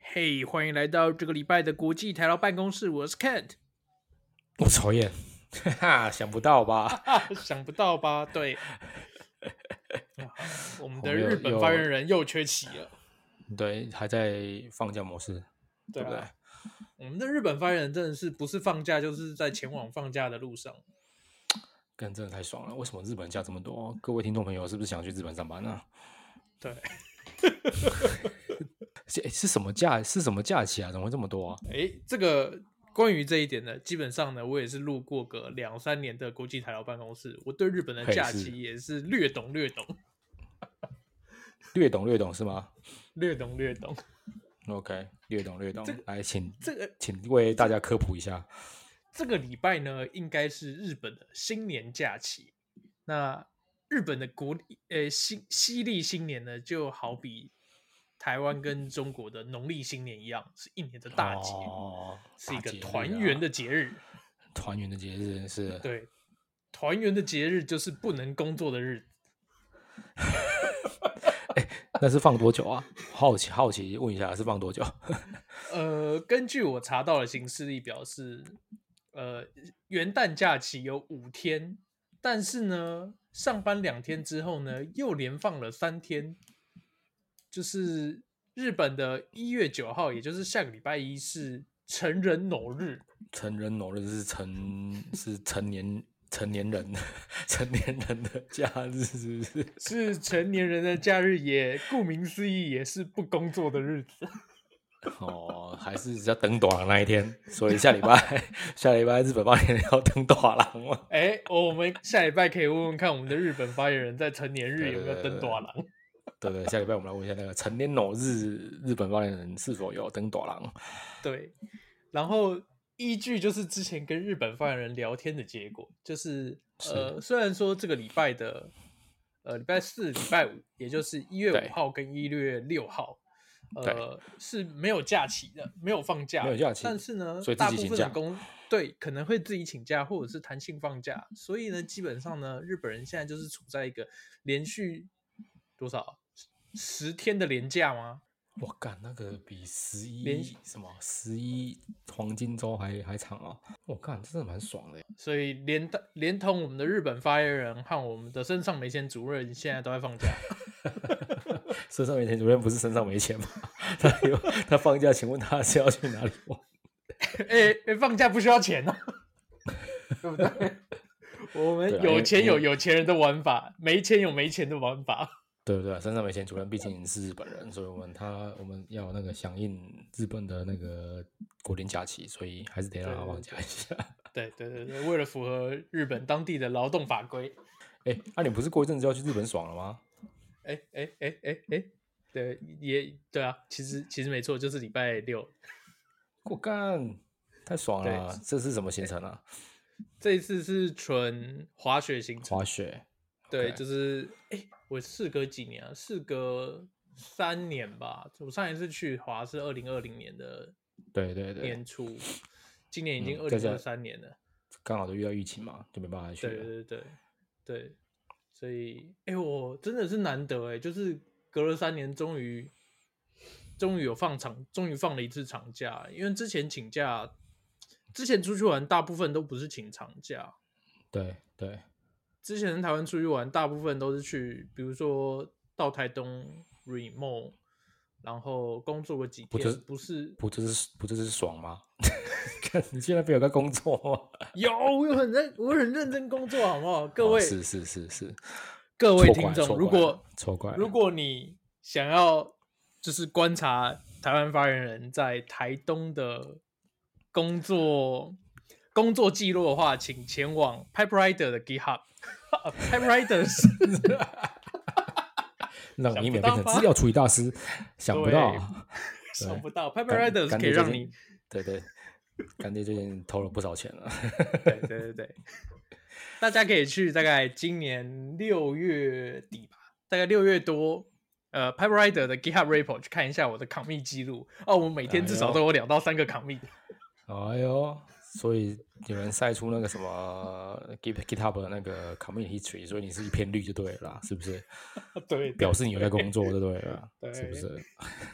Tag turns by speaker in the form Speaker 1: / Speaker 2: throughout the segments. Speaker 1: 嘿欢迎来到这个礼拜的国际台劳办公室，我是 Kent。
Speaker 2: 我讨厌，哈哈，想不到吧？
Speaker 1: 想不到吧？对， 啊我们的
Speaker 2: 我们有
Speaker 1: 日本
Speaker 2: 有
Speaker 1: 发言人又缺席了，
Speaker 2: 对，还在放假模式，
Speaker 1: 对
Speaker 2: 对
Speaker 1: 啊
Speaker 2: 不对？
Speaker 1: 我们的日本发言人真的是不是放假，就是在前往放假的路上。
Speaker 2: 干，真的太爽了！为什么日本假这么多？各位听众朋友，是不是想去日本上班呢、
Speaker 1: 对，
Speaker 2: 是是什么假？是什么假期啊？怎么会这么多啊？
Speaker 1: 诶，这个关于这一点呢，基本上呢，我也是路过个两三年的国际台劳办公室，我对日本的
Speaker 2: 嘿
Speaker 1: 假
Speaker 2: 是
Speaker 1: 期也是略懂略懂，
Speaker 2: 略懂略懂是吗
Speaker 1: 略懂略 懂。
Speaker 2: ？OK，略懂略懂。来，请
Speaker 1: 这个
Speaker 2: 请为大家科普一下。
Speaker 1: 这个礼拜呢，应该是日本的新年假期。那日本的国历呃新西历新年呢，就好比台湾跟中国的农历新年一样，是一年的大节，
Speaker 2: 哦、
Speaker 1: 是一
Speaker 2: 大
Speaker 1: 个
Speaker 2: 节日啊
Speaker 1: 团圆的节日。
Speaker 2: 团圆的节日是。
Speaker 1: 对，团圆的节日就是不能工作的日子。
Speaker 2: 那是放多久啊？好奇好奇问一下，是放多久？
Speaker 1: 呃，根据我查到的行事历表是，呃，元旦假期有五天，但是呢，上班两天之后呢，又连放了三天，就是日本的一月九号，也就是下个礼拜一是成人某日，
Speaker 2: 成人某日是成是成年成年人成年人的假日，是不是？
Speaker 1: 是成年人的假日也，顾名思义也是不工作的日子。
Speaker 2: 哦，还是要登短郎那一天，所以下礼拜下礼拜日本八天要登短郎吗？
Speaker 1: 哎，我们下礼拜可以问问看我们的日本发言人在成年日
Speaker 2: 对
Speaker 1: 有没有
Speaker 2: 对
Speaker 1: 登
Speaker 2: 对
Speaker 1: 短郎。
Speaker 2: 对不对？下礼拜我们来问一下那个成年某日日本八年人是否有登短郎？
Speaker 1: 对，然后依据就是之前跟日本发言人聊天的结果，就是
Speaker 2: 是
Speaker 1: 呃，虽然说这个礼拜的呃礼拜四、礼拜五，也就是一月
Speaker 2: 对
Speaker 1: 五号跟一月六号，
Speaker 2: 对
Speaker 1: 呃是没有假期的，没有放假，
Speaker 2: 没有假期
Speaker 1: 但是呢，
Speaker 2: 所以自
Speaker 1: 大
Speaker 2: 己
Speaker 1: 部
Speaker 2: 请
Speaker 1: 分的
Speaker 2: 假
Speaker 1: 工对可能会自己请假或者是弹性放假，所以呢，基本上呢，日本人现在就是处在一个连续多少十天的连假吗？
Speaker 2: 我干，那个比十
Speaker 1: 连
Speaker 2: 一什么十一黄金周还还长哦！我干，真的蛮爽的耶。
Speaker 1: 所以连带连同我们的日本发言人和我们的身上没钱主任现在都在放假，
Speaker 2: 身上没钱，主任不是身上没钱吗？ 他有他放假，请问他是要去哪里玩？
Speaker 1: 哎、哎放假不需要钱啊，对不对？我们
Speaker 2: 对啊因
Speaker 1: 有
Speaker 2: 为
Speaker 1: 钱
Speaker 2: 因
Speaker 1: 有
Speaker 2: 为
Speaker 1: 有钱人的玩法，没钱有没钱的玩法。
Speaker 2: 对不对？身上没钱，主任毕竟是日本人，所以我们他我们要那个响应日本的那个国定假期，所以还是得让他放假一下。
Speaker 1: 对对对对，为了符合日本当地的劳动法规，
Speaker 2: 哎，那、你不是过一阵子要去日本爽了吗？
Speaker 1: 哎哎哎哎哎，对，也对啊，其实其实没错，就是礼拜六。
Speaker 2: 我干，太爽了！啊这是什么行程啊？
Speaker 1: 这一次是纯滑雪行程，
Speaker 2: 滑雪。
Speaker 1: 对，
Speaker 2: OK
Speaker 1: 就是哎、诶我事隔几年啊，事隔三年吧。我上一次去滑是二零二零年的
Speaker 2: 对对对，
Speaker 1: 年初，今年已经二
Speaker 2: 嗯在
Speaker 1: 零
Speaker 2: 家
Speaker 1: 二三年了。
Speaker 2: 刚好就遇到疫情嘛，就没办法去
Speaker 1: 对
Speaker 2: 了。
Speaker 1: 对对对，所以哎、诶我真的是难得哎、就是隔了三年，终于终于有放长，终于放了一次长假，因为之前请假，之前出去玩大部分都不是请长假，
Speaker 2: 对对
Speaker 1: 之前台湾出去玩，大部分都是去，比如说到台东 remote，然后工作个几
Speaker 2: 不
Speaker 1: 天，
Speaker 2: 就是
Speaker 1: 不是
Speaker 2: 不就是不就是爽吗？ 看你现在没有在工作吗？
Speaker 1: 有我很认，我很认真工作，好不好？各
Speaker 2: 哦
Speaker 1: 位、
Speaker 2: 是是是是，
Speaker 1: 各位
Speaker 2: 错
Speaker 1: 听
Speaker 2: 怪
Speaker 1: 众，
Speaker 2: 错哎
Speaker 1: 如
Speaker 2: 怪
Speaker 1: 果
Speaker 2: 错怪了，
Speaker 1: 如果你想要就是观察台湾发言人在台东的工作工作记录的话，请前往 Pipe Rider 的 GitHub。Pipe Rider 是
Speaker 2: 让
Speaker 1: 想
Speaker 2: 你
Speaker 1: 不
Speaker 2: 免
Speaker 1: 到
Speaker 2: 变成
Speaker 1: 吧
Speaker 2: 资料处理大师，想不
Speaker 1: 对
Speaker 2: 到。啊
Speaker 1: 想不到 Pipe
Speaker 2: 干
Speaker 1: Rider 是可
Speaker 2: 干爹
Speaker 1: 以
Speaker 2: 最
Speaker 1: 让
Speaker 2: 近
Speaker 1: 你
Speaker 2: 对对，干爹最近偷了不少钱了。
Speaker 1: 对对对对，大家可以去大概今年六月底吧，大概六月多，呃，Pipe Rider 的 GitHub repo 去看一下我的 commit 记录。哦，我每天至少
Speaker 2: 哎呦
Speaker 1: 都有两到三个 commit。
Speaker 2: 哎呦，所以你们晒出那个什么 Git GitHub 的那个 commit history，所以你是一片绿就对了啦，是不是？
Speaker 1: 对，
Speaker 2: 表示你有在工作就对了，
Speaker 1: 对
Speaker 2: 是不是？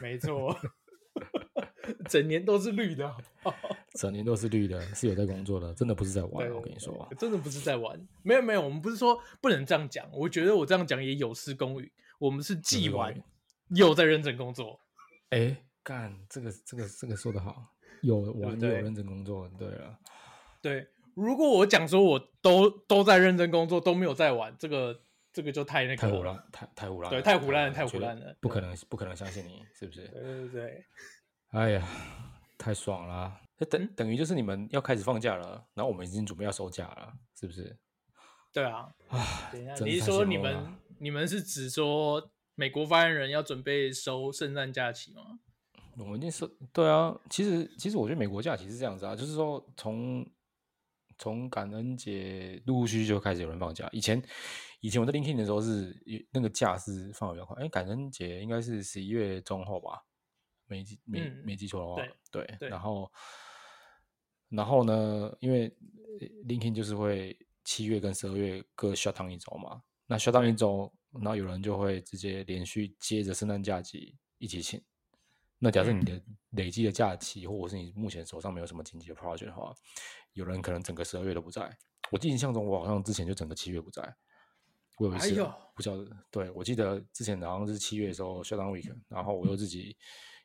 Speaker 1: 没错。 整年都是绿的，好不好？
Speaker 2: 整年都是绿的，是有在工作的，真的不是在玩。
Speaker 1: 对
Speaker 2: 我跟你说，啊
Speaker 1: 真的不是在玩，没有没有，我们不是说不能这样讲，我觉得我这样讲也有失公允。我们是既
Speaker 2: 有失公
Speaker 1: 玩
Speaker 2: 允
Speaker 1: 又在认真工作，
Speaker 2: 哎，干这个这个这个说的好，有玩也有
Speaker 1: 对
Speaker 2: 认真工作。对了，
Speaker 1: 对。如果我讲说我都都在认真工作，都没有在玩，这个这个就太那个
Speaker 2: 太
Speaker 1: 了
Speaker 2: 胡乱，太太胡乱
Speaker 1: 对
Speaker 2: 了，
Speaker 1: 太胡乱了太
Speaker 2: 了
Speaker 1: 胡
Speaker 2: 绝对
Speaker 1: 乱了
Speaker 2: 不可能不可能相信你，是不是？
Speaker 1: 对对对，
Speaker 2: 哎呀，太爽啦！那等等于就是你们要开始放假了，然后我们已经准备要收假了，是不是？
Speaker 1: 对啊。
Speaker 2: 啊，
Speaker 1: 等一下，
Speaker 2: 真
Speaker 1: 你
Speaker 2: 是
Speaker 1: 是
Speaker 2: 太
Speaker 1: 说
Speaker 2: 幸
Speaker 1: 你
Speaker 2: 福了
Speaker 1: 们你们是指说美国发言人要准备收圣诞假期吗？
Speaker 2: 我们一定是对啊。其实其实我觉得美国假期是这样子啊，就是说从从感恩节陆陆续续就开始有人放假。以前以前我在 LinkedIn 的时候是有那个假是放的比较快，哎，感恩节应该是十一月中后吧，没记没、
Speaker 1: 嗯
Speaker 2: 没记错的话，对。
Speaker 1: 对
Speaker 2: 然后然后呢，因为 LinkedIn 就是会七月跟十二月各 shut down 一周嘛，那 shut down 一周，然后有人就会直接连续接着圣诞假期一起请。那假设你
Speaker 1: 嗯
Speaker 2: 的累积的假期，或者是你目前手上没有什么紧急的 project 的话，有人可能整个十二月都不在。我记得印象中，我好像之前就整个七月不在。我有一
Speaker 1: 哎
Speaker 2: 次、
Speaker 1: 呦
Speaker 2: 不晓得，对我记得之前好像是七月的时候 shut down week，然后我又自己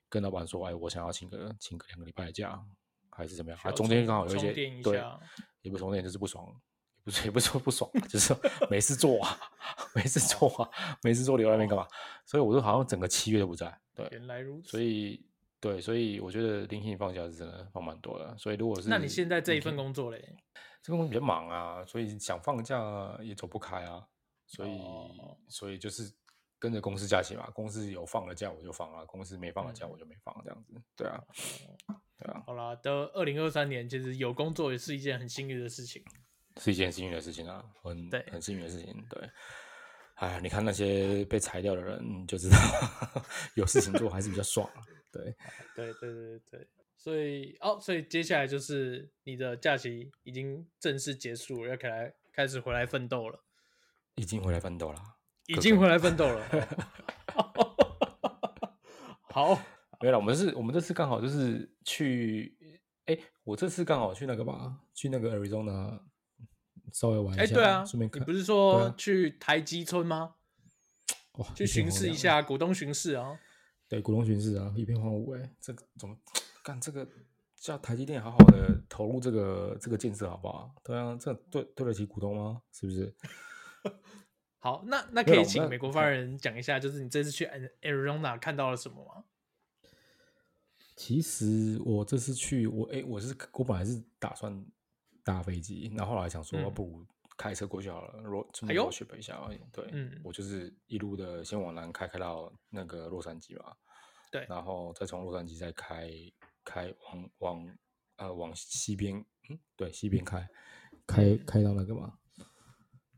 Speaker 2: 跟老板说，哎，我想要请个请个两个礼拜的假，还是怎么样？
Speaker 1: 需
Speaker 2: 啊，
Speaker 1: 要
Speaker 2: 中间
Speaker 1: 充
Speaker 2: 刚好有一
Speaker 1: 充
Speaker 2: 些
Speaker 1: 电一
Speaker 2: 对
Speaker 1: 下，
Speaker 2: 也不是充电，就是不爽，也不是也不是说不爽啊，就是 没事做啊，没事
Speaker 1: 哦
Speaker 2: 做啊，没事做留在那边干嘛？所以我就好像整个七月都不在，对，
Speaker 1: 原来如此。
Speaker 2: 所以对，所以我觉得林信放假是真的放蛮多的，所以如果是嗯
Speaker 1: 那你现在这一
Speaker 2: 你可以
Speaker 1: 份工作嘞？
Speaker 2: 这份工作比较忙啊，所以想放假也走不开啊，所以、
Speaker 1: 哦
Speaker 2: 所以就是跟着公司假期嘛，公司有放的假我就放啊，公司没放的
Speaker 1: 嗯
Speaker 2: 假我就没放，这样子，对啊，对啊，
Speaker 1: 好啦，的二零二三年，其实有工作也是一件很幸运的事情。
Speaker 2: 是一件很幸运的事情啊，很
Speaker 1: 对
Speaker 2: 很幸运的事情，对。哎，你看那些被裁掉的人，你就知道 有事情做还是比较爽啊、对，
Speaker 1: 对对对对，所以哦，所以接下来就是你的假期已经正式结束了，要开来开始回来奋斗了，
Speaker 2: 已经回来奋斗 了。
Speaker 1: 已
Speaker 2: 可
Speaker 1: 经
Speaker 2: 可
Speaker 1: 回来奋斗 了。好，
Speaker 2: 没有啦，我们是，我们这次刚好就是去，哎，我这次刚好去那个吧，去那个 Arizona 稍微玩一下，
Speaker 1: 哎，对啊，
Speaker 2: 顺
Speaker 1: 你
Speaker 2: 便看
Speaker 1: 不是
Speaker 2: 对
Speaker 1: 说
Speaker 2: 啊
Speaker 1: 去台吉村吗？
Speaker 2: 哇，
Speaker 1: 去
Speaker 2: 一片
Speaker 1: 巡
Speaker 2: 荒
Speaker 1: 视一
Speaker 2: 凉，啊
Speaker 1: 下，股东巡视啊。
Speaker 2: 对，古龙巡视啊，一片荒芜，哎，这个怎么干这个？叫台积电好好的投入这个这个建设好不好？对啊，这对对得起股东吗？是不是？
Speaker 1: 好，那那
Speaker 2: 没
Speaker 1: 可
Speaker 2: 有
Speaker 1: 以
Speaker 2: 啦我
Speaker 1: 请
Speaker 2: 们
Speaker 1: 美国发言人讲一下，就是你这次去 Arizona 看到了什么吗？
Speaker 2: 其实我这次去，我哎、我是我本来是打算搭飞机，然后后来想说，啊
Speaker 1: 嗯
Speaker 2: 不如开车过去好了，罗顺
Speaker 1: 哎
Speaker 2: 便
Speaker 1: 呦
Speaker 2: 我去一下而已。对，
Speaker 1: 嗯
Speaker 2: 我就是一路的先往南开，开到那个洛杉矶嘛，
Speaker 1: 对
Speaker 2: 然后再从洛杉矶再开开往往呃往西边，嗯，对，西边开，开
Speaker 1: 嗯
Speaker 2: 开到那个嘛，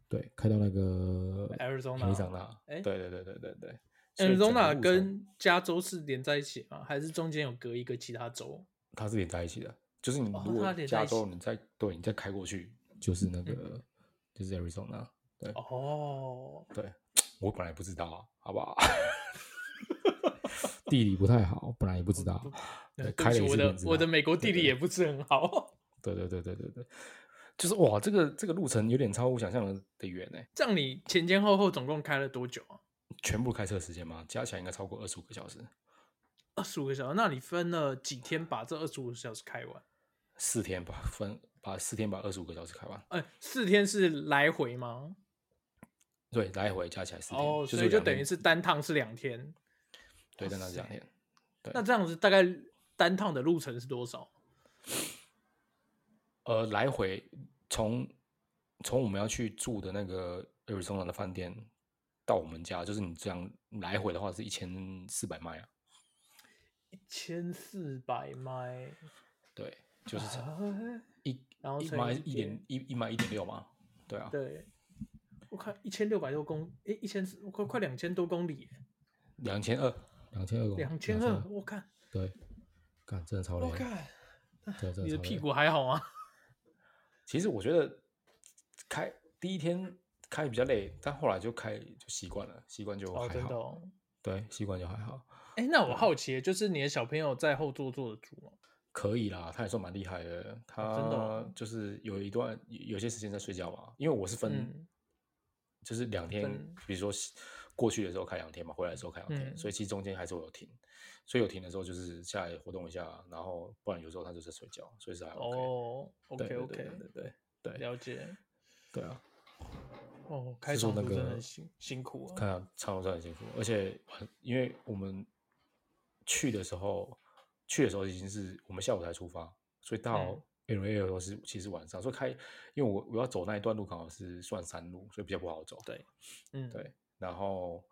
Speaker 2: 对，开到那个亚利桑
Speaker 1: Arizona，Arizona
Speaker 2: 那，
Speaker 1: 哎
Speaker 2: 对对对对对对。所以整个
Speaker 1: ，Arizona
Speaker 2: 路程
Speaker 1: 跟加州是连在一起吗？还是中间有隔一个其他州？
Speaker 2: 它是连在一起的，就是你
Speaker 1: 哦
Speaker 2: 如
Speaker 1: 它
Speaker 2: 果
Speaker 1: 连在
Speaker 2: 加
Speaker 1: 一
Speaker 2: 州
Speaker 1: 起嗯
Speaker 2: 你再对你再开过去，就是那个、就是 Arizona。
Speaker 1: 哦，
Speaker 2: 对，我本来不知道啊，好 不好？地理不太好，本来也不知道。
Speaker 1: 呃
Speaker 2: 对，
Speaker 1: 对不
Speaker 2: 开
Speaker 1: 起，
Speaker 2: 了
Speaker 1: 我
Speaker 2: 一次
Speaker 1: 的
Speaker 2: 便知
Speaker 1: 我
Speaker 2: 道
Speaker 1: 的美国地
Speaker 2: 对
Speaker 1: 理
Speaker 2: 对
Speaker 1: 也不是很好。
Speaker 2: 对对对对对对，就是哇，这个这个路程有点超乎想象的的远呢、
Speaker 1: 这样你前前后后总共开了多久啊？
Speaker 2: 全部开车时间嘛，加起来应该超过二十五个小时，
Speaker 1: 二十五个小时，那你分了几天把这二十五个小时开完？
Speaker 2: 四天吧，分把四天把二十五个小时开完，
Speaker 1: 呃，四天是来回吗？
Speaker 2: 对，来回加起来四天，
Speaker 1: 哦，
Speaker 2: 就
Speaker 1: 所
Speaker 2: 是
Speaker 1: 以就
Speaker 2: 两
Speaker 1: 等
Speaker 2: 天
Speaker 1: 于是单趟是两天。
Speaker 2: 对，在那
Speaker 1: 塞
Speaker 2: 两天，对
Speaker 1: 那这样子大概单趟的路程是多少？
Speaker 2: 呃，来回从从我们要去住的那个 Arizona 的饭店到我们家，就是你这样来回的话是一千四百迈啊。
Speaker 1: 一千四百迈，
Speaker 2: 对，就是这样
Speaker 1: 哎
Speaker 2: 一
Speaker 1: 然后
Speaker 2: 一
Speaker 1: 乘
Speaker 2: 迈
Speaker 1: 以
Speaker 2: 一点一一迈一点六嘛。对啊，
Speaker 1: 对，我看一千六百多公，诶，一千四，快快两千多公里耶，
Speaker 2: 两千二，哦两千二，
Speaker 1: 两千二，，我看，
Speaker 2: 对，干真的超累
Speaker 1: 我，看，
Speaker 2: 对，真
Speaker 1: 你的
Speaker 2: 超
Speaker 1: 屁
Speaker 2: 累
Speaker 1: 股还好吗？
Speaker 2: 其实我觉得开第一天开比较累，但后来就开就习惯了，习惯就
Speaker 1: 哦，
Speaker 2: 还
Speaker 1: 真的
Speaker 2: 好。
Speaker 1: 哦，
Speaker 2: 对，习惯就还好。
Speaker 1: 哎、那我好奇，就是你的小朋友在后座坐得住吗？
Speaker 2: 可以啦，他也算蛮厉害的。
Speaker 1: 真的
Speaker 2: 他
Speaker 1: 哦
Speaker 2: 就是有一段有有些时间在睡觉嘛，因为我是分，
Speaker 1: 嗯
Speaker 2: 就是两天
Speaker 1: 分，
Speaker 2: 比如说西过去的时候开两天嘛，回来的时候开两天，
Speaker 1: 嗯
Speaker 2: 所以其实中间还是会有停，所以有停的时候就是下来活动一下，然后不然有时候他就是睡觉，所以是还 OK。
Speaker 1: 哦，OK
Speaker 2: 对对
Speaker 1: OK，
Speaker 2: 对对对对对
Speaker 1: 了解。
Speaker 2: 对啊！
Speaker 1: 哦，开
Speaker 2: 是说
Speaker 1: 长途
Speaker 2: 那
Speaker 1: 真的
Speaker 2: 个
Speaker 1: 很辛辛苦啊。
Speaker 2: 看啊，长隆真的很辛苦，而且很因为我们去的时候，去的时候已经是我们下午才出发，所以到
Speaker 1: 嗯
Speaker 2: L A 的时候是其实晚上，所以开，因为我我要走那一段路刚好是算山路，所以比较不好走。
Speaker 1: 对嗯，
Speaker 2: 对，然后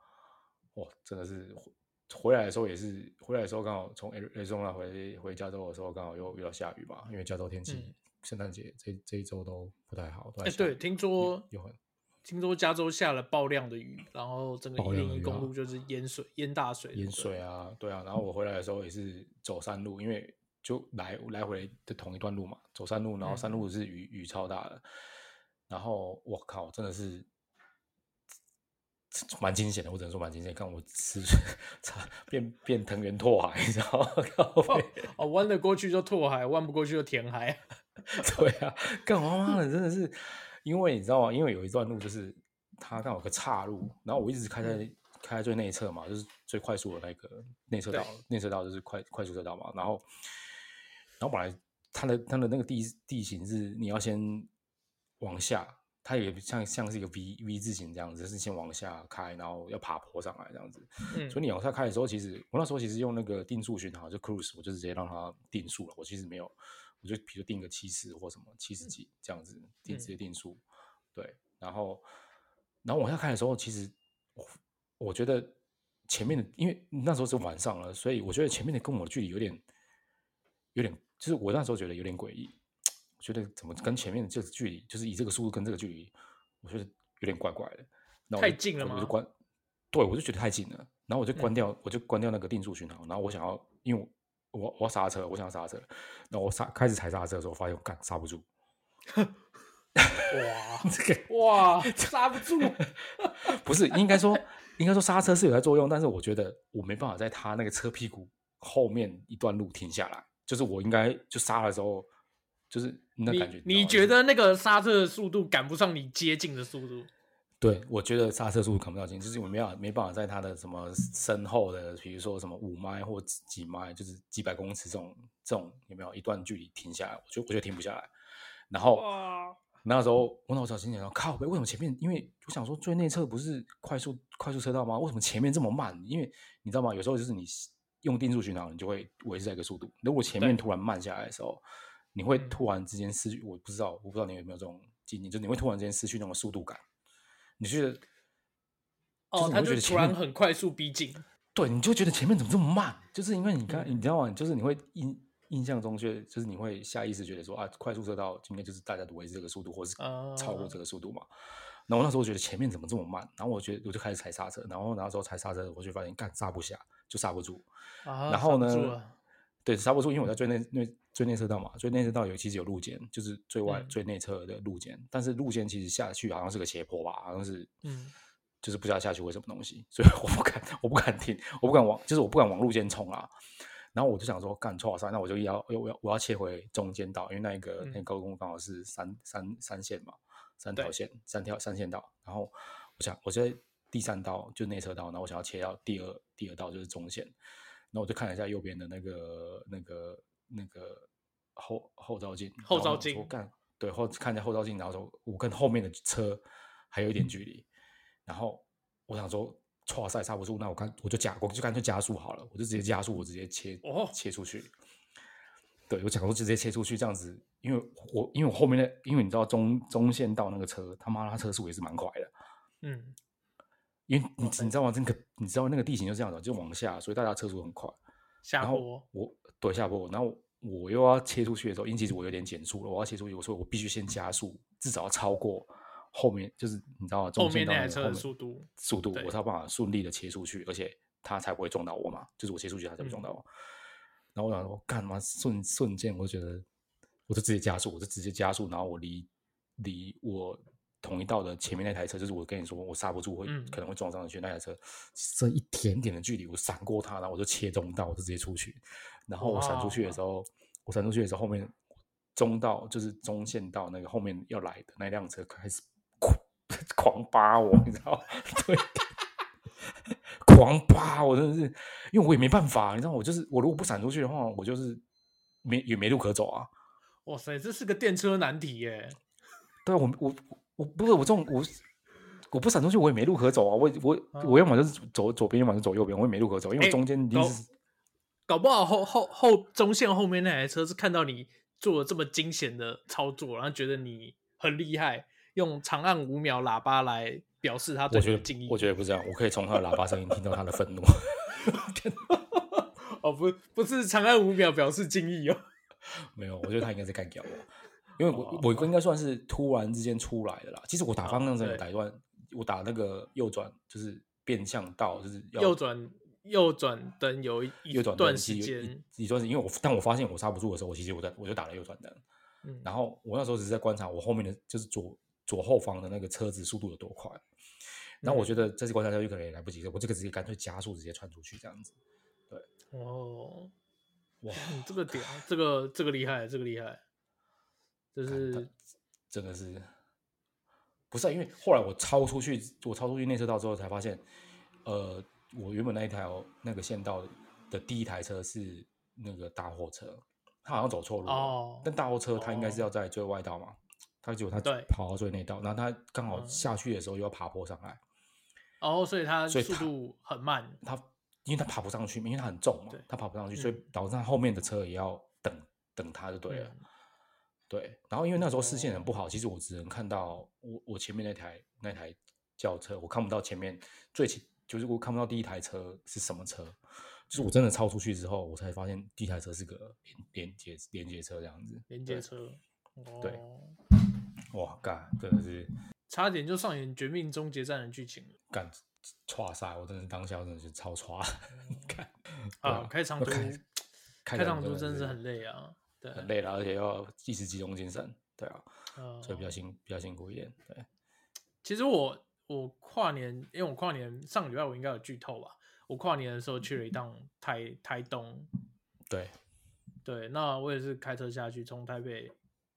Speaker 2: 哇，真的是回回来的时候也是回来的时候刚好从 Ari- Arizona 回回加州的时候刚好又遇到下雨嘛，因为加州天气、
Speaker 1: 嗯
Speaker 2: 圣诞节这这一周都不太好，都
Speaker 1: 哎、
Speaker 2: 在下
Speaker 1: 对，
Speaker 2: 雨
Speaker 1: 听说
Speaker 2: 又很
Speaker 1: 听说加州下了爆量的雨，然后整个
Speaker 2: 爆
Speaker 1: 一
Speaker 2: 量
Speaker 1: 零
Speaker 2: 的
Speaker 1: 一
Speaker 2: 雨
Speaker 1: 公
Speaker 2: 啊
Speaker 1: 路就是淹水、淹大水。
Speaker 2: 盐
Speaker 1: 对不对
Speaker 2: 水啊，对啊。然后我回来的时候也是走山路，因为就来来回的同一段路嘛，走山路，然后山
Speaker 1: 嗯
Speaker 2: 路是雨、雨超大的，然后我靠，真的是蛮惊险的，我只能说蛮惊险。看我吃 差变变藤原拓海，你知道吗？ 靠
Speaker 1: 哦
Speaker 2: 北
Speaker 1: 哦，弯得过去就拓海，弯不过去就填 海。
Speaker 2: 对啊，干我妈的真的是，因为你知道吗？因为有一段路就是它刚好有个岔路，然后我一直开在、开在最内侧嘛，就是最快速的那个内侧
Speaker 1: 对
Speaker 2: 道，内侧道就是快快速车道嘛。然后，然后本来它的它的那个地地形是你要先往下，它也像像是一个 V V 字形这样子，是先往下开，然后要爬坡上来这样子。
Speaker 1: 嗯，
Speaker 2: 所以你往下开的时候，其实我那时候其实用那个定速巡航，就 cruise，我就直接让它定速了。我其实没有，我就比如定个七十或什么七十几这样子，定直接定速。对，然后然后往下开的时候，其实我我觉得前面的，因为那时候是晚上了，所以我觉得前面的跟我的距离有点有点，就是我那时候觉得有点诡异，我觉得怎么跟前面的这个距离，就是以这个速度跟这个距离，我觉得有点怪怪的。那我
Speaker 1: 太
Speaker 2: 就
Speaker 1: 近了
Speaker 2: 我
Speaker 1: 吗
Speaker 2: 就关，对我就觉得太近了，然后我就关
Speaker 1: 嗯
Speaker 2: 掉，我就关掉那个定速巡航，然后我想要，因为我。我我要刹车，我想要刹车，然后我刹开始踩刹车的时候，我发现我干刹不住，
Speaker 1: 哇
Speaker 2: 这个
Speaker 1: 哇，刹不住。
Speaker 2: 不是，应该说， 应该说刹车是有在作用，但是我觉得我没办法在他那个车屁股后面一段路停下来，就是我应该就刹的时候，就是 那感觉
Speaker 1: 你你
Speaker 2: 知道吗就是
Speaker 1: 觉得那个刹车的速度赶不上你接近的速度？
Speaker 2: 对，我觉得刹车速度赶不到紧，就是我没办法没办法在他的什么身后的，比如说什么五迈或几迈，就是几百公尺这种这种有没有一段距离停下来，我就我就停不下来。然后
Speaker 1: 哇，
Speaker 2: 那时候我脑子心想说，靠北，为什么前面？因为我想说最内侧不是快速快速车道吗？为什么前面这么慢？因为你知道吗？有时候就是你用定速巡航，你就会维持在一个速度。如果前面
Speaker 1: 对
Speaker 2: 突然慢下来的时候，你会
Speaker 1: 嗯
Speaker 2: 突然之间失去，我不知道，我不知道你有没有这种经验，就是你会突然之间失去那种速度感，你就觉得
Speaker 1: 哦，
Speaker 2: 你
Speaker 1: 他
Speaker 2: 会
Speaker 1: 就
Speaker 2: 觉得
Speaker 1: 突
Speaker 2: 前
Speaker 1: 然
Speaker 2: 面
Speaker 1: 很快速逼近。
Speaker 2: 对，你就觉得前面怎么这么慢？就是因为你看，
Speaker 1: 嗯
Speaker 2: 你知道吗？就是你会印印象中觉得，就是你会下意识觉得说啊，快速车道应该就是大家都维持这个速度，或是超过这个速度嘛。然后那时候我觉得前面怎么这么慢，然后我觉得我就开始踩刹车，然后那时候踩刹车，我就发现干刹不下，就刹不住。
Speaker 1: 啊
Speaker 2: 然后
Speaker 1: 刹不住
Speaker 2: 呢
Speaker 1: 了，
Speaker 2: 对，刹不住，因为我在最内内最内侧道嘛，最内侧道有其实有路肩，就是最外、
Speaker 1: 嗯
Speaker 2: 最内侧的路肩，但是路肩其实下去好像是个斜坡吧，好像是
Speaker 1: 嗯，
Speaker 2: 就是不知道下去会什么东西，所以我不敢，我不敢停，我不敢往，就是我不敢往路肩冲啊。然后我就想说，干错赛，那我就要，我要我要切回中间道，因为那一个、那个
Speaker 1: 嗯
Speaker 2: 高速公路刚好是三三三线嘛，三条
Speaker 1: 对
Speaker 2: 线，三条三线道。然后我想，我在第三道就内车道，然后我想要切到第二第二道就是中线。然后我就看了一下右边的那个那个那个后后照镜，
Speaker 1: 后
Speaker 2: 然后
Speaker 1: 照
Speaker 2: 我说
Speaker 1: 镜
Speaker 2: 干对后看一下后照镜，然后说我跟后面的车还有一点距离，然后我想说，哇塞，刹不住，那我看我就加，我就干脆加速好了，我就直接加速，我直接切、
Speaker 1: 哦
Speaker 2: 切出去。对，我想说直接切出去这样子，因为我因为我后面的，因为你知道中中线道那个车，他妈他车速也是蛮快的，
Speaker 1: 嗯，
Speaker 2: 因为你你知道吗？那个你知道那个地形就这样子，就往下，所以大家车速很快。
Speaker 1: 下
Speaker 2: 然后
Speaker 1: 坡。
Speaker 2: 我对下坡，然后我又要切出去的时候，因为其实我有点减速了，我要切出去，我说我必须先加速，至少要超过后面，就是你知道吗？中
Speaker 1: 后面
Speaker 2: 间到
Speaker 1: 那台
Speaker 2: 个
Speaker 1: 车
Speaker 2: 后
Speaker 1: 的
Speaker 2: 面
Speaker 1: 速度
Speaker 2: 速度，
Speaker 1: 对
Speaker 2: 我才有办法顺利的切出去，而且他才不会撞到我嘛，就是我切出去他才不会撞
Speaker 1: 嗯
Speaker 2: 到我。然后我想说，干嘛瞬瞬间我就觉得，我就直接加速，我就直接加速，然后我离离我同一道的前面那台车，就是我跟你说我刹不住会、
Speaker 1: 嗯
Speaker 2: 可能会撞上去那台车，剩一点点的距离，我闪过它，然后我就切中道，我就直接出去。然后我闪出去的时候，我闪出去的时候，后面中道就是中线道那个后面要来的那辆车开始狂狂扒我，你知道吗？ 对。狂扒我，真的是，因为我也没办法，你知道，我就是我如果不闪出去的话，我就是没也没路可走啊。
Speaker 1: 哇塞，这是个电车难题耶！
Speaker 2: 对啊，我我我不是我这种我我不闪出去，我也没路可走啊！我我我要么就是走左边，要么就走右边，我也没路可走，因为
Speaker 1: 哎
Speaker 2: 我中间已经
Speaker 1: 搞
Speaker 2: 是、
Speaker 1: 搞不好后后后中线后面那台车是看到你做了这么惊险的操作，然后觉得你很厉害，用长按五秒喇叭来表示他对
Speaker 2: 我
Speaker 1: 你
Speaker 2: 觉
Speaker 1: 的
Speaker 2: 得
Speaker 1: 敬意。
Speaker 2: 我觉得不是这样，我可以从他的喇叭声音听到他的愤怒。
Speaker 1: 哦，不不是长按五秒表示敬意 哦。
Speaker 2: 没有，我觉得他应该在干掉我，因为我我应该算是突然之间出来的啦。其实我打方向
Speaker 1: 哦
Speaker 2: 灯有
Speaker 1: 对
Speaker 2: 打乱，我打那个右转就是变向道，就是要
Speaker 1: 右转右转灯有一一
Speaker 2: 右转灯
Speaker 1: 段
Speaker 2: 是
Speaker 1: 时
Speaker 2: 有
Speaker 1: 间，
Speaker 2: 一一段时间，因为我但我发现我刹不住的时候，我其实我在我就打了右转灯，
Speaker 1: 嗯
Speaker 2: 然后我那时候只是在观察我后面的就是左左后方的那个车子速度有多快，然
Speaker 1: 嗯
Speaker 2: 后我觉得这次观察下去可能也来不及了，我这个直接干脆加速直接窜出去这样子，
Speaker 1: 哦，
Speaker 2: 哇，
Speaker 1: 嗯这个屌，这个这个厉害，这个厉害，就
Speaker 2: 干
Speaker 1: 是
Speaker 2: 他真的是不是啊、因为后来我超出去，我超出去内车道之后才发现，呃，我原本那一条那个县道的第一台车是那个大货车，他好像走错路了。
Speaker 1: 哦
Speaker 2: 但大货车他应该是
Speaker 1: 哦
Speaker 2: 要在最外道嘛，他结果他
Speaker 1: 对
Speaker 2: 跑到最内道，然后他刚好
Speaker 1: 嗯
Speaker 2: 下去的时候又要爬坡上来，
Speaker 1: 哦，所以它
Speaker 2: 所以
Speaker 1: 速
Speaker 2: 它
Speaker 1: 度很慢，
Speaker 2: 他因为他爬不上去，因为他很重嘛
Speaker 1: 对，
Speaker 2: 他爬不上去，所以
Speaker 1: 嗯
Speaker 2: 导致他后面的车也要等等他就对了。啊
Speaker 1: 嗯
Speaker 2: 对，然后因为那时候视线很
Speaker 1: 哦
Speaker 2: 不好，其实我只能看到我我前面那台那台轿车，我看不到前面最前就是我看不到第一台车是什么车，就是我真的超出去之后，我才发现第一台车是个连连接连接车这样子。
Speaker 1: 连接车，哦，
Speaker 2: 对哇，干，真的是
Speaker 1: 差点就上演《绝命终结战》的剧情了
Speaker 2: 干，歘塞，我真的是当下我真的是超歘，干对
Speaker 1: 啊！开长
Speaker 2: 要
Speaker 1: 途，
Speaker 2: 开开
Speaker 1: 开
Speaker 2: 场
Speaker 1: 长途真的是
Speaker 2: 是
Speaker 1: 很累啊，对，
Speaker 2: 很累了，而且要一直集中精神，对啊，
Speaker 1: 呃
Speaker 2: 所以比较辛比较辛苦一点，对。
Speaker 1: 其实我我跨年，因为我跨年上礼拜我应该有剧透吧，我跨年的时候去了一趟台台东，
Speaker 2: 对，
Speaker 1: 对，那我也是开车下去，从台北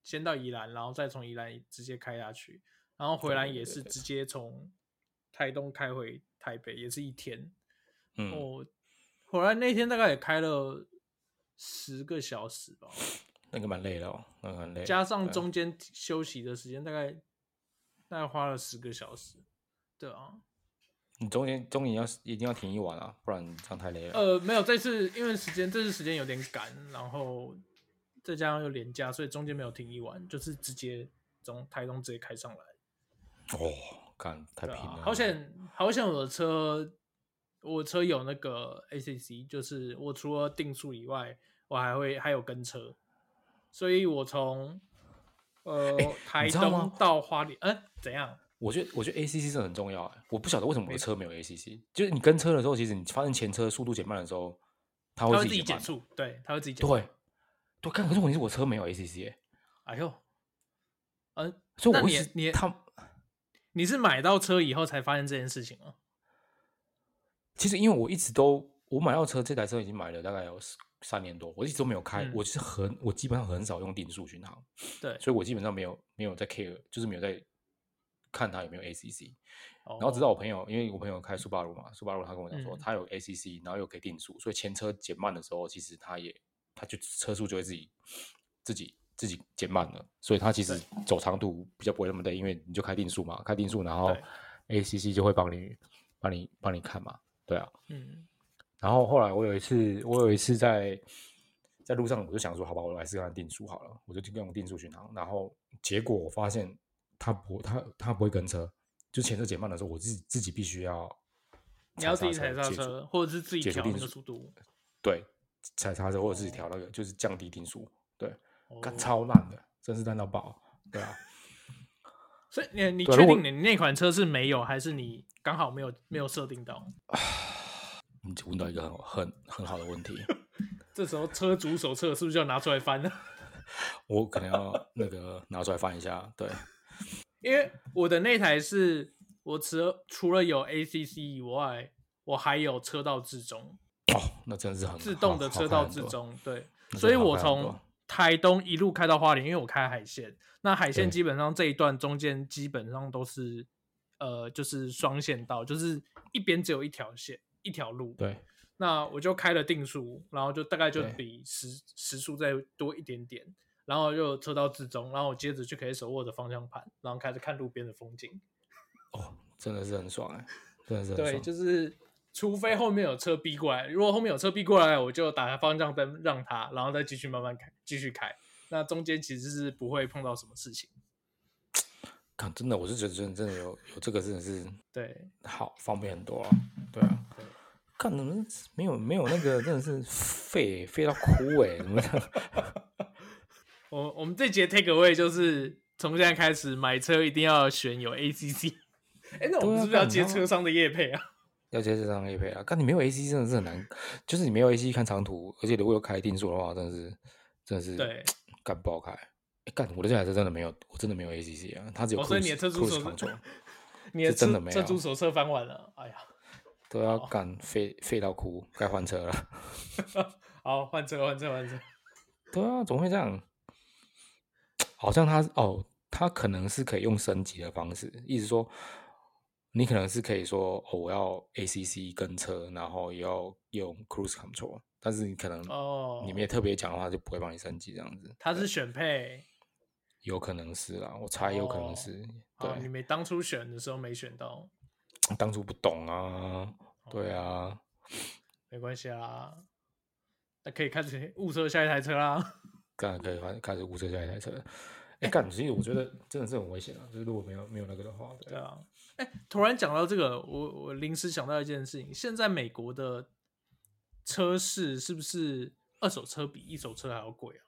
Speaker 1: 先到宜兰，然后再从宜兰直接开下去，然后回
Speaker 2: 对
Speaker 1: 来
Speaker 2: 对
Speaker 1: 也
Speaker 2: 对
Speaker 1: 是
Speaker 2: 对
Speaker 1: 直接从台东开回台北，也是一天。
Speaker 2: 嗯，
Speaker 1: 哦，回来那天大概也开了十个小时吧，
Speaker 2: 那个蛮累的哦，那个很累，
Speaker 1: 加上
Speaker 2: 对
Speaker 1: 中间休息的时间，大概大概花了十个小时。对啊，
Speaker 2: 你中间中间要一定要停一晚啊，不然这样太累了。
Speaker 1: 呃，没有，这次因为时间，这次时间有点赶，然后再加上又连假，所以中间没有停一晚，就是直接从台东直接开上来。
Speaker 2: 哦，干太
Speaker 1: 对
Speaker 2: 拼了，
Speaker 1: 啊，好险，好险！我的车，我车有那个 ACC，就是我除了定速以外，我还会还有跟车，所以我从呃、台
Speaker 2: 你知道吗
Speaker 1: 东到花莲，哎、怎样？
Speaker 2: 我觉得我觉得 ACC 是很重要哎，我不晓得为什么我的车没有 ACC，就是你跟车的时候，其实你发现前车速度减慢的时候，它
Speaker 1: 它
Speaker 2: 会
Speaker 1: 会
Speaker 2: 自
Speaker 1: 自己
Speaker 2: 减
Speaker 1: 减
Speaker 2: 慢。
Speaker 1: 速，对，它会自己减。，
Speaker 2: 对，对，看，可是问题是我车没有 ACC 哎，
Speaker 1: 哎呦，嗯、
Speaker 2: 所以
Speaker 1: 那
Speaker 2: 我
Speaker 1: 你
Speaker 2: 一直
Speaker 1: 也你也
Speaker 2: 他
Speaker 1: 你是买到车以后才发现这件事情哦吗？
Speaker 2: 其实因为我一直都我买到车这台车已经买了大概有十三年多，我一直都没有开，
Speaker 1: 嗯
Speaker 2: 我是很我基本上很少用定速巡航。
Speaker 1: 对，
Speaker 2: 所以我基本上没有没有在 care，就是没有在看它有没有 ACC。
Speaker 1: 然
Speaker 2: 然后直到我朋友，因为我朋友开苏巴鲁嘛，苏巴鲁他跟我讲说
Speaker 1: 嗯
Speaker 2: 他有 ACC，然后又可以定速，所以前车减慢的时候，其实他也他就车速就会自己自己自己减慢了，所以他其实走长途比较不会那么累，因为你就开定速嘛，开定速，然后 ACC 就会帮你帮你帮你看嘛，对啊。
Speaker 1: 嗯，
Speaker 2: 然后后来我有一次，我有一次在在路上，我就想说，好吧，我来试试看定速好了，我就用定速巡航。然后结果我发现它不，它它不会跟车，就前车减慢的时候，我自己自己必须要
Speaker 1: 你要自
Speaker 2: 踩
Speaker 1: 己踩刹
Speaker 2: 解除
Speaker 1: 车，或者是自己
Speaker 2: 解除
Speaker 1: 调那
Speaker 2: 定
Speaker 1: 个
Speaker 2: 速
Speaker 1: 速度，
Speaker 2: 对，踩刹车或者自己调那个，就是降低定速，对，干
Speaker 1: 哦
Speaker 2: 超烂的，真是烂到爆，对啊。
Speaker 1: 所以你你
Speaker 2: 对
Speaker 1: 确定
Speaker 2: 如
Speaker 1: 你
Speaker 2: 果
Speaker 1: 那款车是没有，还是你刚好没有没有设定到？
Speaker 2: 你就问到一个很很很好的问题，
Speaker 1: 这时候车主手册是不是就要拿出来翻了？
Speaker 2: 我可能要那个拿出来翻一下，对。
Speaker 1: 因为我的那台是我除了除了有 ACC 以外，我还有车道至中，
Speaker 2: 哦，那真的是很
Speaker 1: 自动的
Speaker 2: 好
Speaker 1: 车道
Speaker 2: 好看很
Speaker 1: 至
Speaker 2: 多
Speaker 1: 中，对，
Speaker 2: 那
Speaker 1: 所以
Speaker 2: 真的好
Speaker 1: 我
Speaker 2: 看很
Speaker 1: 从
Speaker 2: 多
Speaker 1: 台东一路开到花莲，因为我开海线，那海线
Speaker 2: 对
Speaker 1: 基本上这一段中间基本上都是呃，就是双线道，就是一边只有一条线一条路，
Speaker 2: 对
Speaker 1: 那我就开了定速，然后就大概就
Speaker 2: 对
Speaker 1: 比时时速再多一点点，然后就车到至中，然后我接着就可以手握着方向盘，然后开始看路边的风景。
Speaker 2: 哦，真的是很爽哎、真的是很
Speaker 1: 对，
Speaker 2: 爽
Speaker 1: 就是除非后面有车逼过来，如果后面有车逼过来，我就打开方向灯让他，然后再继续慢慢开，继续开。那中间其实是不会碰到什么事情。
Speaker 2: 看，真的，我是觉得真的真的有有这个真的是
Speaker 1: 对，
Speaker 2: 好方便很多啊，对啊
Speaker 1: 对。
Speaker 2: 看你们没有没有那个真的是废废到哭哎、你们
Speaker 1: 我我们这节 take away 就是从现在开始买车一定要选有 ACC。哎，那我们
Speaker 2: 对啊
Speaker 1: 是不是要
Speaker 2: 干
Speaker 1: 接
Speaker 2: 然后
Speaker 1: 车商的业配啊？
Speaker 2: 要接这张叶配啊！看你没有 A C 真的是很难，就是你没有 A C 看长途，而且如果有开定速的话，真的是真的是
Speaker 1: 对，
Speaker 2: 干不好开。哎干、我的这台车真的没有，我真的没有 A C C 啊，它只有
Speaker 1: 哦所以你
Speaker 2: cruise-
Speaker 1: 的车主
Speaker 2: cruise
Speaker 1: 手是
Speaker 2: control
Speaker 1: 你的
Speaker 2: 是真
Speaker 1: 车
Speaker 2: 的没
Speaker 1: 车主
Speaker 2: 有
Speaker 1: 手册翻完了，哎呀，
Speaker 2: 都要啊
Speaker 1: 哦
Speaker 2: 干废废到哭，该换车了。
Speaker 1: 好换车换车 换车，
Speaker 2: 对啊，怎么会这样？好像他哦，他可能是可以用升级的方式，意思说，你可能是可以说，哦，我要 ACC 跟车，然后也要用 Cruise Control，但是你可能
Speaker 1: 哦
Speaker 2: 你没特别讲的话，就不会帮你升级这样子。
Speaker 1: 他是选配，
Speaker 2: 有可能是啦，我猜有可能是，
Speaker 1: 哦，你
Speaker 2: 对，
Speaker 1: 没当初选的时候没选到，
Speaker 2: 当初不懂啊，
Speaker 1: 哦
Speaker 2: 对啊，
Speaker 1: 没关系啦，那可以开始 物色下一台车啦。
Speaker 2: 干可以开开始物色下一台车了。哎、干，其实我觉得真的是很危险啊，就是如果没有没有那个的话，对
Speaker 1: 对啊，哎、突然讲到这个，我我临时想到一件事情，现在美国的车市是不是二手车比一手车还要贵啊？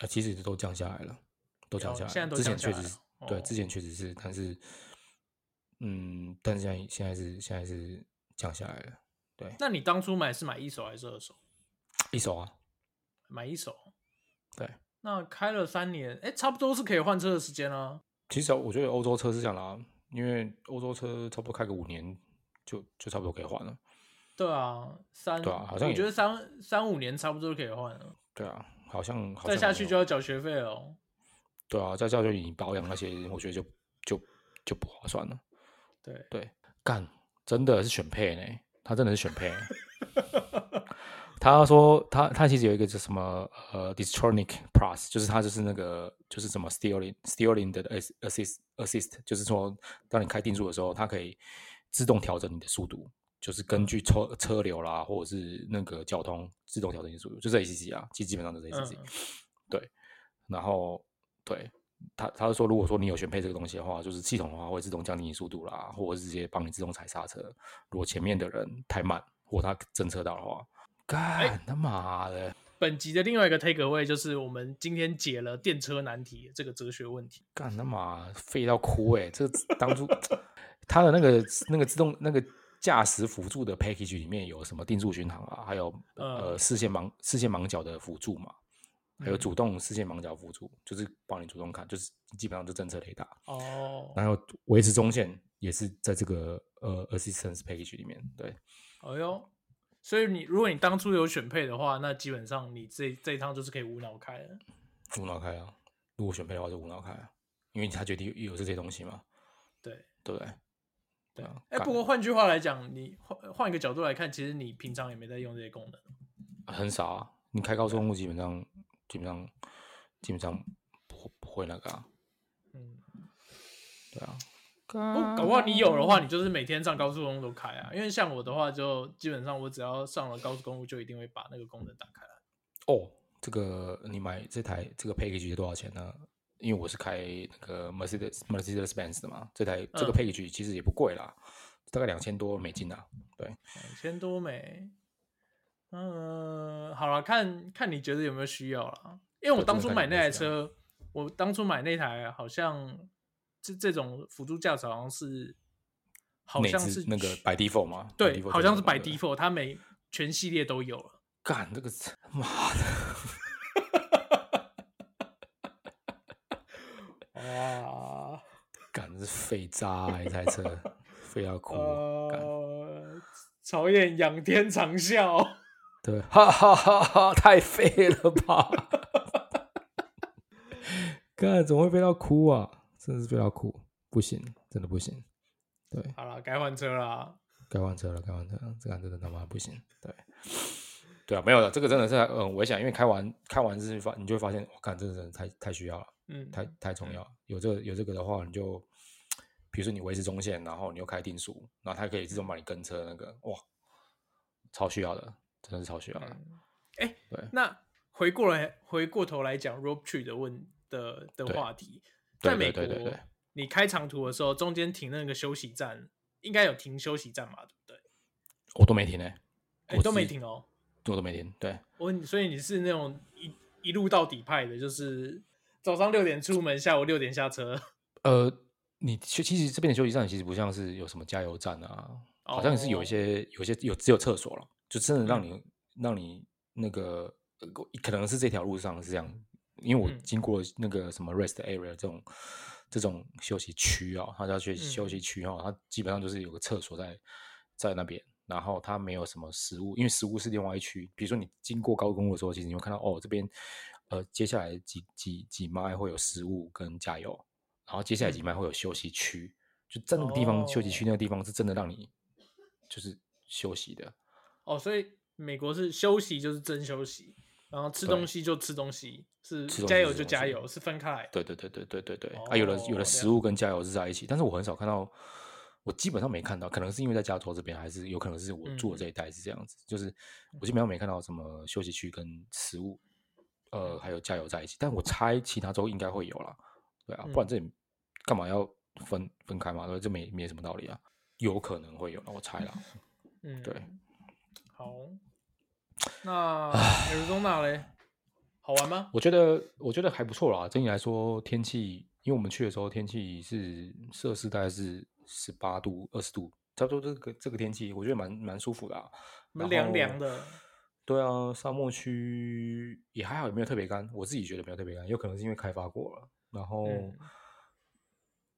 Speaker 2: 啊，其实都降下来了，都降
Speaker 1: 哦
Speaker 2: 下来了。
Speaker 1: 现在都
Speaker 2: 之
Speaker 1: 降
Speaker 2: 前
Speaker 1: 下
Speaker 2: 确
Speaker 1: 来
Speaker 2: 实
Speaker 1: 了
Speaker 2: 是，对，之
Speaker 1: 哦
Speaker 2: 前确实是，但是，嗯，但是现在现在是现在是降下来了。
Speaker 1: 那你当初买是买一手还是二手？
Speaker 2: 一手啊，
Speaker 1: 买一手，
Speaker 2: 对，
Speaker 1: 那开了三年，哎、差不多是可以换车的时间啊。
Speaker 2: 其实啊我觉得欧洲车是这样的啊，因为欧洲车差不多开个五年就就差不多可以换了。
Speaker 1: 对啊，三
Speaker 2: 对啊好像
Speaker 1: 我
Speaker 2: 也
Speaker 1: 觉得三三五年差不多就可以换了，
Speaker 2: 对啊，好像好
Speaker 1: 再
Speaker 2: 像
Speaker 1: 下去
Speaker 2: 没有
Speaker 1: 就要缴学费了哦。
Speaker 2: 对啊，再教就你保养那些，我觉得就就就不划算了。
Speaker 1: 对，
Speaker 2: 对，干真的是选配呢，他真的是选配。他说他他其实有一个叫什么呃 Distronic Plus，就是他就是那个就是什么 steering steering 的 ass- assist assist，就是说当你开定速的时候，它可以自动调整你的速度，就是根据车车流啦，或者是那个交通自动调整你的速度，就是 ACC 啊，其实基本上就是 ACC、
Speaker 1: 嗯
Speaker 2: 对，然后对他他是说，如果说你有选配这个东西的话，就是系统的话会自动降低你速度啦，或者是直接帮你自动踩刹车。如果前面的人太慢，或他侦测到的
Speaker 1: 哎
Speaker 2: 话，干他妈的，
Speaker 1: 本集的另外一个 take away 就是我们今天解了电车难题这个哲学问题。
Speaker 2: 干他妈废到哭哎、欸！这个当初他的那个那个自动那个驾驶辅助的 package 里面有什么定速巡航啊，还有呃
Speaker 1: 嗯
Speaker 2: 视线盲视线盲角的辅助嘛，还有
Speaker 1: 嗯
Speaker 2: 主动视线盲角辅助，就是帮你主动看，就是基本上就侦测雷达。
Speaker 1: 哦，
Speaker 2: 然后维持中线也是在这个呃 assistance package 里面。对，
Speaker 1: 哎呦，所以你如果你当初有选配的话，那基本上你这这一趟就是可以无脑开了。
Speaker 2: 无脑开啊，如果选配的话就无脑开啊，因为他决定有这些东西嘛，
Speaker 1: 对
Speaker 2: 对不对？
Speaker 1: 对，哎
Speaker 2: 啊、
Speaker 1: 不过换句话来讲，你换换一个角度来看，其实你平常也没在用这些功能。
Speaker 2: 很少啊，你开高速公路基本上基本上基本上不不会那个啊，
Speaker 1: 嗯，
Speaker 2: 对啊。
Speaker 1: 不，哦搞不好你有的话，你就是每天上高速公路都开啊。因为像我的话，就基本上我只要上了高速公路，就一定会把那个功能打开来。
Speaker 2: 哦，这个你买这台这个 package 多少钱呢？因为我是开那个 Mercedes Mercedes Benz 的嘛，这台这个
Speaker 1: 嗯
Speaker 2: package 其实也不贵啦，大概两千多美金啊。对，
Speaker 1: 两千多美，嗯，好了，看看你觉得有没有需要啦。因为我
Speaker 2: 对
Speaker 1: 当
Speaker 2: 真的
Speaker 1: 初
Speaker 2: 看
Speaker 1: 买
Speaker 2: 你
Speaker 1: 那
Speaker 2: 有
Speaker 1: 台
Speaker 2: 没有需要
Speaker 1: 车，我当初买那台好像这这种辅助驾驶好像是，好
Speaker 2: 内
Speaker 1: 像
Speaker 2: 置
Speaker 1: 是
Speaker 2: 那个
Speaker 1: 去
Speaker 2: by default 吗？
Speaker 1: 对，好像是
Speaker 2: 白
Speaker 1: by default，它每全系列都有了。
Speaker 2: 干这个是妈的，
Speaker 1: 啊，
Speaker 2: 废 渣、欸，这台车废到哭，啊干
Speaker 1: 呃，曹燕仰天长啸。
Speaker 2: 对，哈哈哈哈，太废了吧！ 干怎么会废到哭啊？真的是废到哭，不行，真的不行。对，
Speaker 1: 好了，该换车啦。
Speaker 2: 该换车了，该换车了，这个真的他妈不行。对，对啊，没有了，这个真的是很危险，因为开完开完是发，你就会发现，我看这个真的太太需要了，
Speaker 1: 嗯，
Speaker 2: 太太重要了。有这个有这个的话，你就比如说你维持中线，然后你又开定速，然后它可以自动帮你跟车，那个哇，超需要的，真的是超需要的。
Speaker 1: 那回过来，回过头来讲 road trip 的问的的
Speaker 2: 对
Speaker 1: 话题，
Speaker 2: 对
Speaker 1: 在美国
Speaker 2: 对对对对，
Speaker 1: 你开长途的时候，中间停那个休息站，应该有停休息站嘛，对不对？
Speaker 2: 我都没停呢、
Speaker 1: 哎，
Speaker 2: 我
Speaker 1: 都没
Speaker 2: 自己
Speaker 1: 停哦。
Speaker 2: 我都没停。对，
Speaker 1: 我所以你是那种一一路到底派的，就是早上六点出门，下午六点下车。
Speaker 2: 呃，你其其实这边的休息站其实不像是有什么加油站啊，
Speaker 1: 哦
Speaker 2: 好像是有一些、有一些有只有厕所了，就真的
Speaker 1: 嗯
Speaker 2: 让你、让你那个呃可能是这条路上是这样，因为我
Speaker 1: 嗯
Speaker 2: 经过那个什么 rest area 这种这种休息区啊，它叫休
Speaker 1: 嗯
Speaker 2: 息休息区哦哈，它基本上就是有个厕所在在那边。然后它没有什么食物，因为食物是另外一区。比如说你经过高速公路的时候，其实你会看到哦，这边呃接下来几几几迈会有食物跟加油，然后接下来几
Speaker 1: 嗯
Speaker 2: 迈会有休息区，就在那个地方、休息区
Speaker 1: 哦
Speaker 2: 那个地方是真的让你就是休息的，
Speaker 1: 哦，所以美国是休息就是真休息，然后吃
Speaker 2: 对
Speaker 1: 东西就吃东西，是
Speaker 2: 吃东
Speaker 1: 加
Speaker 2: 西
Speaker 1: 油
Speaker 2: 吃
Speaker 1: 就
Speaker 2: 东
Speaker 1: 加
Speaker 2: 西
Speaker 1: 油，是分开来的。
Speaker 2: 对对对对对对对，啊，有的有
Speaker 1: 哦
Speaker 2: 的食
Speaker 1: 了
Speaker 2: 物跟加油是在一起，但是我很少看到，我基本上没看到，可能是因为在加州这边，还是有可能是我
Speaker 1: 嗯
Speaker 2: 住的这一带是这样子，就是我基本上没看到什么休息区跟食物，呃，还有加油在一起，但我猜其他州应该会有啦，对啊，
Speaker 1: 嗯
Speaker 2: 不然这也干嘛要分分开嘛？对吧，这没没什么道理啊，有可能会有啦，我猜啦，
Speaker 1: 嗯，
Speaker 2: 对。
Speaker 1: 好，那 Arizona 嘞，好玩吗？
Speaker 2: 我觉得我觉得还不错啦。整体来说，天气，因为我们去的时候天气是摄氏大概是十八度、二十度，差不多这个这个天气，我觉得蛮蛮舒服的、啊。然
Speaker 1: 凉
Speaker 2: 后
Speaker 1: 凉的。
Speaker 2: 对啊，沙漠区也还好，也没有特别干。我自己觉得没有特别干，有可能是因为开发过了，然后、
Speaker 1: 嗯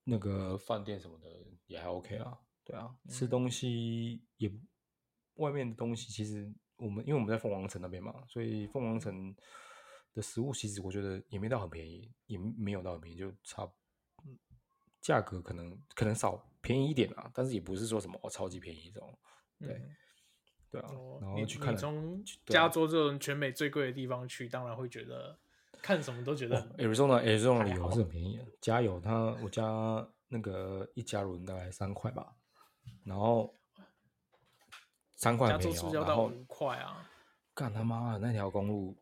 Speaker 2: 那个饭店什么的也还 OK 啊。对啊，吃
Speaker 1: 嗯
Speaker 2: 东西也不外面的东西，其实我们因为我们在凤凰城那边嘛，所以凤凰城的食物其实我觉得也没到很便宜，也没有到很便宜，就差嗯价格可能可能少便宜一点啊，但是也不是说什么、哦、超级便宜这种。对
Speaker 1: 嗯
Speaker 2: 对啊，
Speaker 1: 哦
Speaker 2: 然后
Speaker 1: 你
Speaker 2: 去
Speaker 1: 你
Speaker 2: 看了
Speaker 1: 从
Speaker 2: 去对啊
Speaker 1: 加州这种全美最贵的地方去，当然会觉得看什么都觉
Speaker 2: 哦
Speaker 1: 得很
Speaker 2: Arizona Arizona
Speaker 1: 还
Speaker 2: 的油
Speaker 1: 好
Speaker 2: 是很便宜的，加油它我加那个一加仑大概三块吧，然后三块
Speaker 1: 加
Speaker 2: 很
Speaker 1: 州
Speaker 2: 便
Speaker 1: 是
Speaker 2: 宜哦，
Speaker 1: 要
Speaker 2: 然
Speaker 1: 到
Speaker 2: 后
Speaker 1: 五块啊。
Speaker 2: 干他妈的那条公路，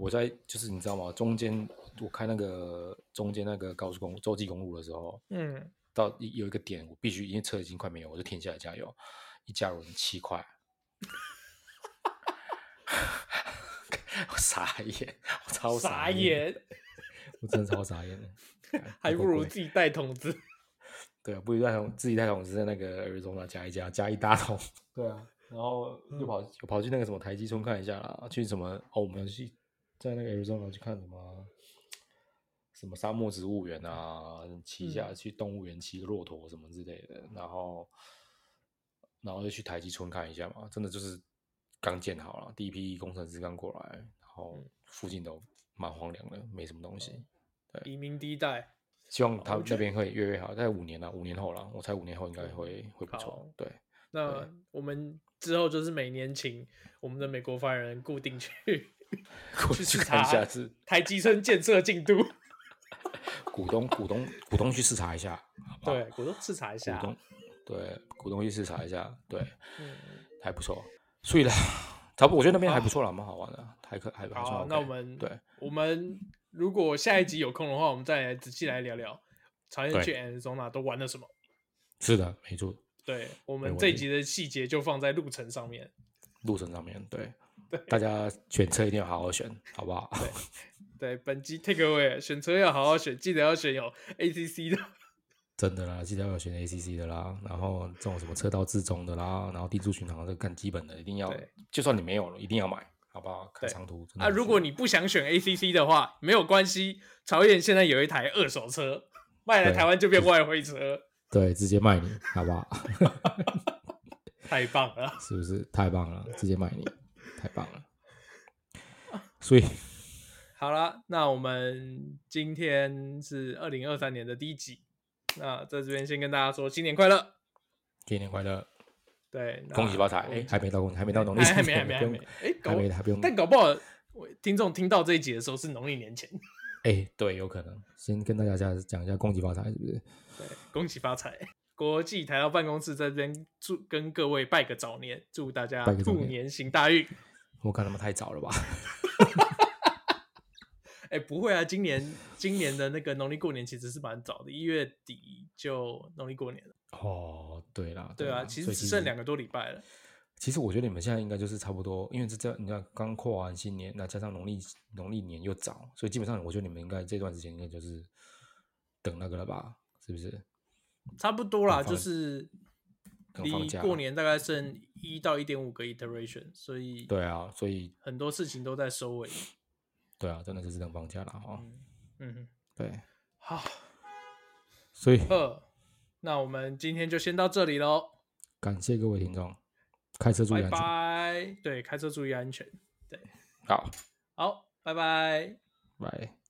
Speaker 2: 我在就是你知道吗？中间我开那个中间那个高速公路洲际公路的时候，
Speaker 1: 嗯，
Speaker 2: 到一有一个点我必须因为车已经快没有，我就停下来加油，一加仑七块。 我傻眼，我超
Speaker 1: 傻
Speaker 2: 眼，
Speaker 1: 眼，
Speaker 2: 我真的超傻眼的， 干
Speaker 1: 还
Speaker 2: 有
Speaker 1: 不
Speaker 2: 够
Speaker 1: 如
Speaker 2: 贵
Speaker 1: 自己带桶子。
Speaker 2: 对啊，不如带桶自己带桶是在那个 Arizona 加一加，加一大桶。 对啊，然后又跑、又跑去那个什么台积村看一下啦，去什么哦，我们要去在那个 Arizona 去看什么什么沙漠植物园啊，骑一下、去动物园骑个骆驼什么之类的，然后然后又去台积村看一下嘛，真的就是刚建好了，第一批工程师刚过来，然后附近都蛮荒凉的，没什么东西。
Speaker 1: 移民第一代，
Speaker 2: 希望他
Speaker 1: 我觉
Speaker 2: 那
Speaker 1: 得
Speaker 2: 边会越来越好，在五年了，五年后了，我猜五年后应该
Speaker 1: 嗯
Speaker 2: 会会不错
Speaker 1: 好。
Speaker 2: 对，
Speaker 1: 那我们之后就是每年请我们的美国发言人固定去
Speaker 2: 我
Speaker 1: 去
Speaker 2: 去
Speaker 1: 视
Speaker 2: 看一下
Speaker 1: 察
Speaker 2: 是
Speaker 1: 台积村建设进度。
Speaker 2: 股东，股东，股东去视察一下，好不好？
Speaker 1: 对，啊股东视察一下
Speaker 2: 股。东，对，股东去视察一下，对，
Speaker 1: 嗯，
Speaker 2: 还不错。所以呢，差不多，我觉得那边还不错了，蛮好玩的，还可还还算
Speaker 1: 哦好，
Speaker 2: OK。
Speaker 1: 那我们
Speaker 2: 对，
Speaker 1: 我们如果下一集有空的话，我们再来仔细来聊聊朝鲜
Speaker 2: 对
Speaker 1: 去 Arizona 都玩了什么。
Speaker 2: 是的，没错，
Speaker 1: 对我
Speaker 2: 没
Speaker 1: 们
Speaker 2: 问
Speaker 1: 这一
Speaker 2: 题
Speaker 1: 集的细节就放在路程上面。
Speaker 2: 路程上面对
Speaker 1: 对，
Speaker 2: 大家选车一定要好好选，好不好？
Speaker 1: 对，本集 takeaway 选车要好好选，记得要选有 ACC 的。
Speaker 2: 真的啦，记得要有选 ACC 的啦，然后这种什么车道自中的啦，然后地主巡航这个干基本的一定要
Speaker 1: 对，
Speaker 2: 就算你没有了，一定要买，好不好？开
Speaker 1: 对
Speaker 2: 长途真的
Speaker 1: 啊，
Speaker 2: 很
Speaker 1: 如
Speaker 2: 需
Speaker 1: 果
Speaker 2: 要
Speaker 1: 你不想选 ACC 的话，没有关系，朝燕现在有一台二手车，卖来台湾就变外汇车，
Speaker 2: 对，直接卖你，好不好？
Speaker 1: 太棒了！
Speaker 2: 是不是太棒了？直接卖你，太棒了。 所以
Speaker 1: 好啦，那我们今天是二零二三年的第一集，那在这边先跟大家说新年快乐。
Speaker 2: 新年快乐，
Speaker 1: 对，那
Speaker 2: 恭喜发财！
Speaker 1: 我
Speaker 2: 哎、
Speaker 1: 们
Speaker 2: 还没到公，还没到农历
Speaker 1: 啊哎
Speaker 2: 新
Speaker 1: 还没
Speaker 2: 年，
Speaker 1: 还没
Speaker 2: 不
Speaker 1: 还
Speaker 2: 用
Speaker 1: 没，哎，搞
Speaker 2: 还没还不用。
Speaker 1: 但搞不好我听众听到这一集的时候是农历年前，
Speaker 2: 哎、对，有可能。先跟大家讲讲一下恭喜发财，是不是？
Speaker 1: 对， 恭喜发财！国际台到办公室在这边祝跟各位拜个早年，祝大家
Speaker 2: 拜个早
Speaker 1: 兔
Speaker 2: 年
Speaker 1: 年行大运。
Speaker 2: 我看他们太早了吧？
Speaker 1: 哎，不会啊，今年 今年的那个农历过年其实是蛮早的，一月底就农历过年了。
Speaker 2: 哦，对啦，
Speaker 1: 对啊，
Speaker 2: 啦
Speaker 1: 其
Speaker 2: 所
Speaker 1: 实只
Speaker 2: 以
Speaker 1: 剩两个多礼拜了。
Speaker 2: 其实我觉得你们现在应该就是差不多，因为这这你看刚过完新年，那加上农历农历年又早，所以基本上我觉得你们应该这段时间应该就是等那个了吧？是不是？
Speaker 1: 差不多啦，
Speaker 2: 等放
Speaker 1: 就是
Speaker 2: 等
Speaker 1: 离
Speaker 2: 放假
Speaker 1: 过年大概剩一到一点五个 iteration，所以
Speaker 2: 对啊，所以
Speaker 1: 很多事情都在收尾。
Speaker 2: 对啊，真的是等放假了哈、哦。
Speaker 1: 嗯哼，
Speaker 2: 对，
Speaker 1: 好，
Speaker 2: 所以
Speaker 1: 呵，那我们今天就先到这里喽，
Speaker 2: 感谢各位听众，开车注意
Speaker 1: 拜
Speaker 2: 安全。
Speaker 1: 拜。对，开车注意安全。
Speaker 2: 好，
Speaker 1: 好，拜拜。
Speaker 2: 拜。